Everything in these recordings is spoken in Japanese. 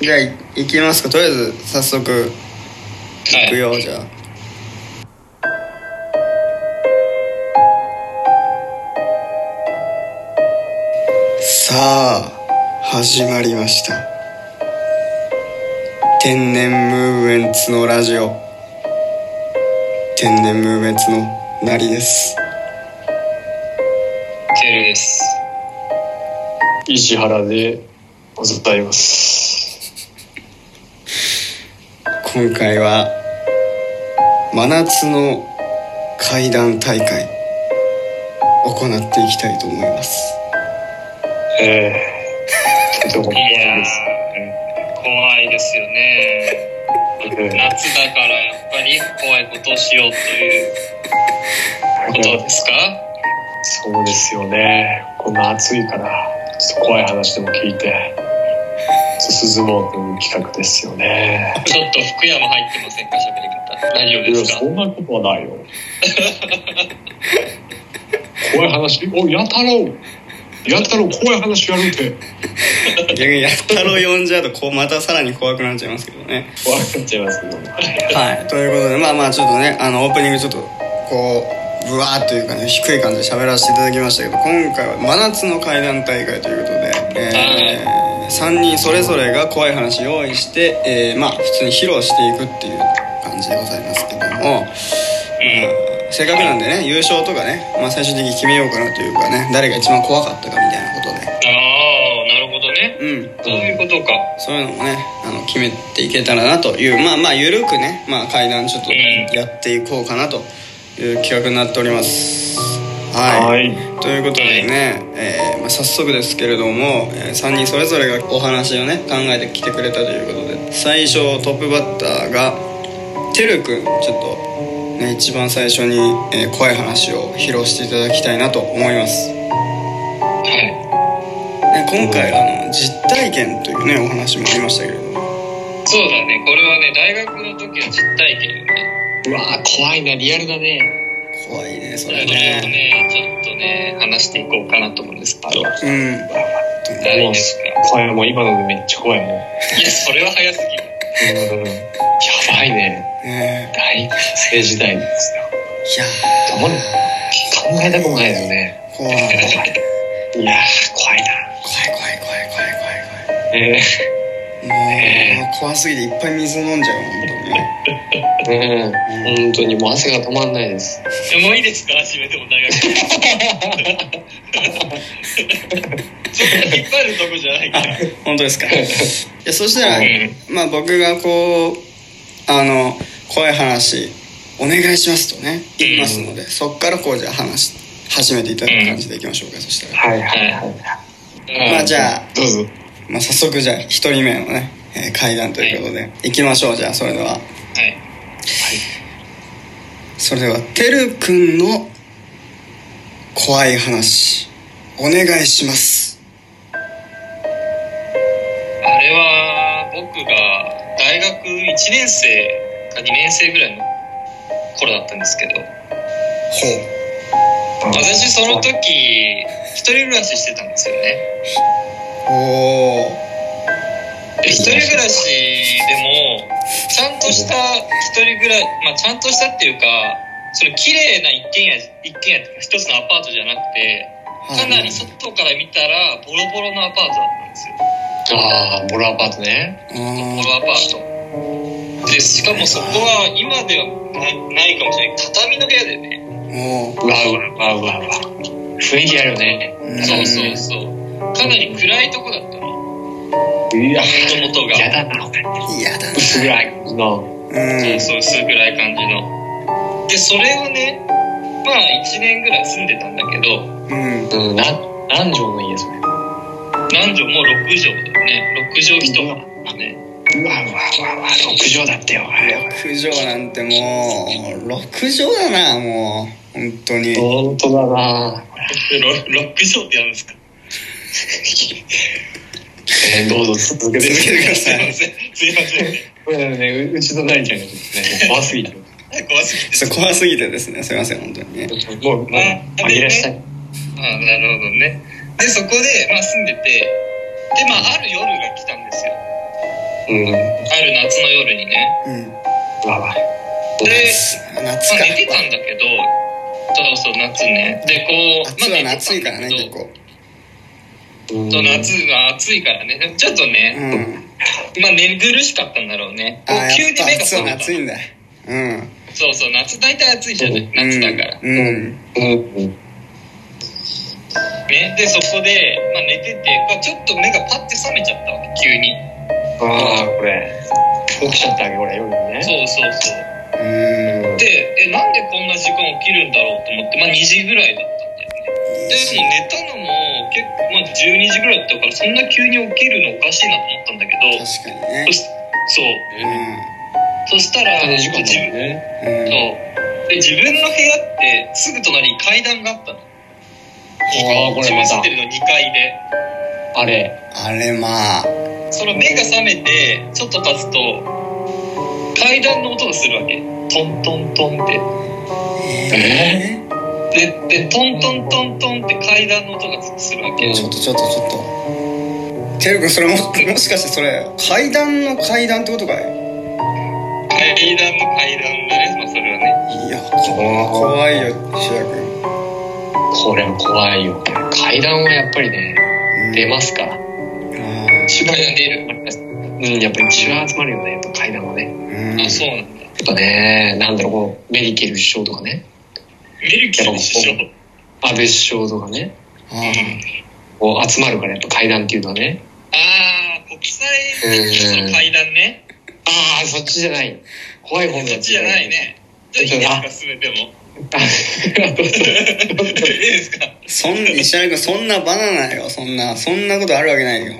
じゃあいいきますかとりあえず早速いくよ、じゃあさあ始まりました天然ムーブメンツのラジオ天然ムーブメンツのなりですテルです。石原でございます。今回は真夏の怪談大会行っていきたいと思いますええどうもいやー、怖いですよね。え夏だからやっぱり怖いことをしようということーですかそうですよね。こんな暑いから、ちょっと怖い話でも聞いて、進もうという企画ですよね。ちょっと福山入ってませんか喋り方。何をいでや、すかそんなことはないよ。怖い話、お、やたろうやたろう怖い話やるって。逆にやったろ呼んじゃうとこうまたさらに怖くなっちゃいますけどね 怖くなっちゃいますけども。はいということでまあまあちょっとねあのオープニングちょっとこうぶわーっというかね低い感じで喋らせていただきましたけど今回は真夏の怪談大会ということで、え3人それぞれが怖い話用意して、えーまあ普通に披露していくっていう感じでございますけども、せっかくなんでね優勝とかね、まあ、最終的に決めようかなというかね誰が一番怖かったかみたいなことああ、なるほどね。でうんそういうことか。そういうのもねあの決めていけたらなというまあまあ緩くね、まあ、階段ちょっとやっていこうかなという企画になっておりますははいい。ということでね、えーまあ、早速ですけれども、え3人それぞれがお話をね考えてきてくれたということで最初トップバッターがてるくんちょっと、ね、一番最初に、えー怖い話を披露していただきたいなと思います、ね、はい。今回あの実体験というねお話もありましたけれどもそうだね。これはね、大学の時は実体験よね。うわー怖いな、リアルだね。怖いねそそれれをねね、ちょっとね、話していこうかなと思うんですけど。うん誰ですか怖い、もう今のでめっちゃ怖いもん。いや、それは早すぎる。うんやばいね。ね大学生時代ですよ。えいやどうなの考えたくもないよね。ー怖い怖い怖い怖い怖い怖い怖いいやー、怖いな。えもうもう怖すぎていっぱい水飲んじゃう本当にねー、うん、本当にもう汗が止まんないです。もういいですか始めても大学そんな引っ張るとこじゃないから 本当ですかいやそしたら、うんまあ僕がこうあの怖い話お願いしますとね言いますので、そっからこうじゃあ話始めていただく感じでいきましょうか、そしたら、はいはいはい。まあじゃあ、どうぞ。まあ、早速じゃあ1人目のね、えー階段ということで、行きましょうじゃあそれでははいそれではてるくんの怖い話お願いしますあれは僕が大学1年生か2年生ぐらいの頃だったんですけどほう私その時一人暮らししてたんですよねおで一人暮らしでもちゃんとした一人暮らし、まあ、ちゃんとしたっていうかその綺麗な一軒家一軒家っていうか一つのアパートじゃなくてーかなり外から見たらボロボロのアパートだったんですよああ、ボロアパートね。あボロアパートでしかもそこは今ではなないかもしれない畳の部屋でねーおーうわうわうわうわうわ。雰囲気あるよね。うんそうそうそうかなり暗いとこだったのもいや、ともとがやだな。嫌だな薄暗い感じの。うんそうそう薄暗い感じのでそれをねまあ1年ぐらい住んでたんだけどうんうん、な、何畳の家それ。うわ男女もう6畳だよね6畳一間だ ねうわうわうわ、6畳だってよ。六畳なんてもう六畳だなもう本当に本当だな6畳ってやるんですかえー、どうぞ続けて続けてくだすさいまいせんすいません これね、ううちの大ちゃんがですね、もう怖すぎて。怖すぎてちょっと怖すぎてですねすいません本当にねもう、もう、あ紛らしたい。ああなるほどねでそこで、まあ、住んでてでまあある夜が来たんですようん。ある夏の夜にね。うんやばい。で、夏まあ、か寝てたんだけど、そうそう、夏ね。で、こう、夏まあ、は夏いからね寝て結たんだけど構うんそう夏が暑いからね。でもちょっとうね、んまあ、寝苦しかったんだろうね。あこうや急にっぱ目が覚夏はめた。夏いんだうんそうそう、夏大体暑いじゃない。夏だから。うんうんうん。ね、でそこで、まあ、寝てて、まあ、ちょっと目がパッて覚めちゃったわけ急にああ、これ。起きちゃったわけ、これ、夜にね。そうそうそううんでえなんでこんな時間起きるんだろうと思って、まあ、2時ぐらいだったんだよねでも寝たのも結構、まあ、12時ぐらいだったからそんな急に起きるのおかしいなと思ったんだけど確かにねそしそうそしたら楽しかった自分ね。うんうんそうで自分の部屋ってすぐ隣に階段があったのあーこれ自分また住んでるの2階であれ。あれまあその目が覚めてちょっと経つと階段の音がするわけトントントンってえーででトントントントンって階段の音がするわけ、うんちょっとちょっとちょっとてるくんそれももしかしてそれ階段の階段ってことかい階段の階段だね、まあ、それはねいや怖いよ白くんこれも怖いよ。階段はやっぱりね、うん出ますから。あ一番階段出るうん、やっぱり一番集まるよね、やっぱ階段はね。やっーうんあそうなんだぱね、なんだろう、こう、メリケル首相とかね、メルキーの師匠安倍首相とかね、あこう集まるから、やっぱ階段っていうのはね。ああ国際的なその階段ねああ、そっちじゃない。怖い方そっちじゃない。 ねじゃあいいですか進めてもあどうぞいいですかそん石原君そんなバナナよそんなそんなことあるわけないよ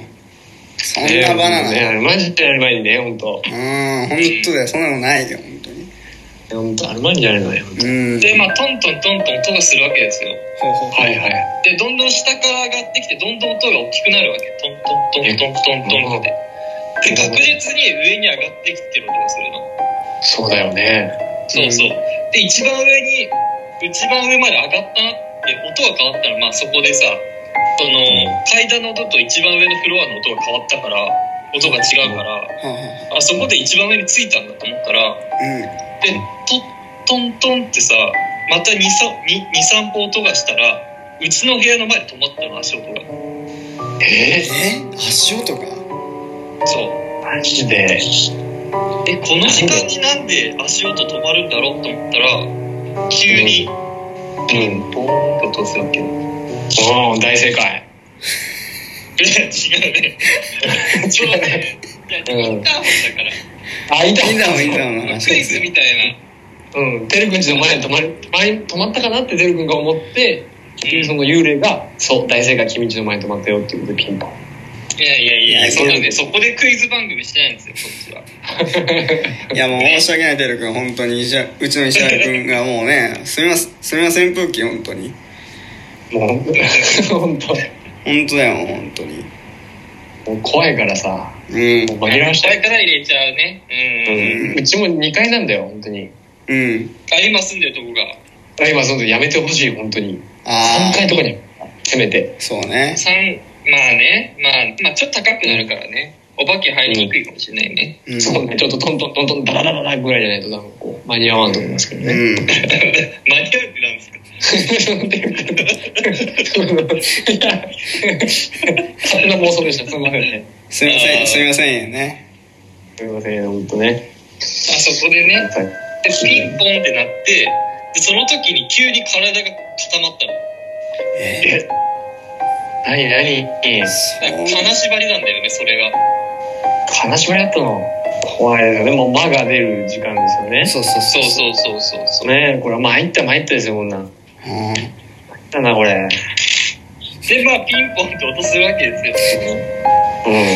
そんなバナナねよあれマジでやる前にね、本当うん本当だよそんなのないよ本当に本当ある前にやるのよ。うんでまあトントントントン音がするわけですよほうほうほうはいはい。でどんどん下から上がってきてどんどん音が大きくなるわけトントントントントントンってで確実に上に上がってきてる音がするのそうだよね。そうそうで一番上に一番上まで上がったなって音が変わったらまあそこでさその階段の音と一番上のフロアの音が変わったから音が違うからほうほあそこで一番上についたんだと思ったらううんでトトントンってさまた23歩音がしたらうちの部屋の前で止まったの足音がええ足音がそうー、マジで。えこの時間になんで足音止まるんだろうと思ったら急にうん。ボーンと音するわけでおー、大正解。違うねちょうどねいやインターホンだからあ、いたいいんだ もんいいんだもん話クイズみたいうん、てるくんちの前に止まる前に止まったかなっててるくんが思って、結局その幽霊が、そう、大正解、君ちの前に止まったよっていうことでピンポン。ないやいやいやいやそんなねそこでクイズ番組してないんですよこっちはいやもう申し訳ないてるくん本当に石原うちの石原君がもうねすみませんすみません扇風機本当にもう、 本当本当だよ本当にもう怖いからさ、うんもう紛らわしこたい。れから入れちゃうねうん、うちも2階なんだよ、本当に。うんうんあ今住んでるとこがだから今、そのやめてほしい、本当に。あ3階とかに、せめて。あそうね三まあね、まあ、まあちょっと高くなるからねお化け入りにくいかもしれないね、うんそうね、ちょっとトントントントン、ダラダラダラぐらいじゃないと、なんかこう、間に合わんと思いますけどね。うん間に合うってなんですかそのてるくんいや、そんな妄想でした、すみませんね。すみませんすみませんよねすみません、本当ね。あそこでねはいでピンポンってなってでその時に急に体が固まったのえ何何そだから金縛りなんだよねそれが金縛りだったの怖いですよねもう間が出る時間ですよねうそうそうそううそうそうそうそうねこれは参った参ったですよこんなうんん参ったなこれでまあピンポンって音するわけですよでうん体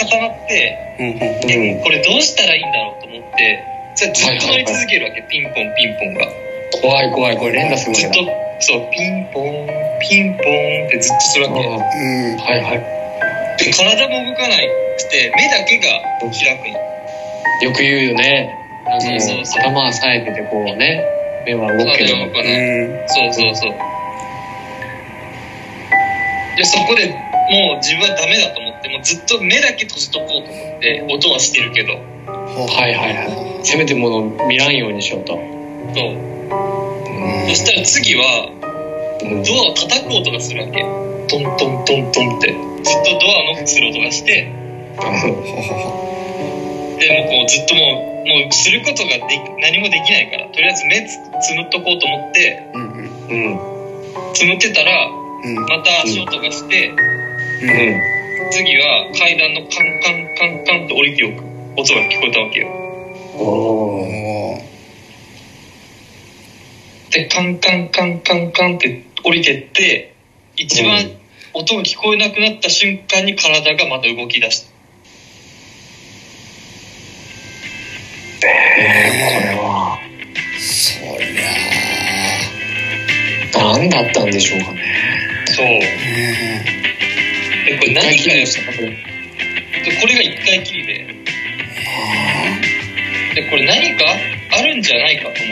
固まってうんうんうんうんこれどうしたらいいんだろうと思ってそれずっと乗り続けるわけピンポンピンポンが怖い怖いこれ連打するわずけっだとそうピンポンピンポンってずっとするうんわけはうんいはで体も動かないくて目だけが開くのいよく言うよねなんかもうそうそうそう頭は冴えててこうね目は動くけ体ども動かないうんそうそうそう。で、そこでもう自分はダメだと思って、ってもうずっと目だけ閉じとこうと思って音はしてるけどははいはいはいせめてもの見らんようにしようと、そううんそしたら次はうんドアを叩く音がするわけトントントントンってずっとドアをノックする音がしてほほほでもうこうずっともうもうすることができ何もできないからとりあえず目つつむっとこうと思ってうんうん うんつむってたらうんまた足音がしてうん次は階段のカンカンカンカンって降りておく音が聞こえたわけようんおーおーでカンカンカンカンカンって降りてって一番うん音が聞こえなくなった瞬間に体がまた動き出したこれはそり何だったんでしょうかねそうゃあねでこれ何きがりよでしたかこれこれが一回きりででこれ何かあるんじゃないかと思って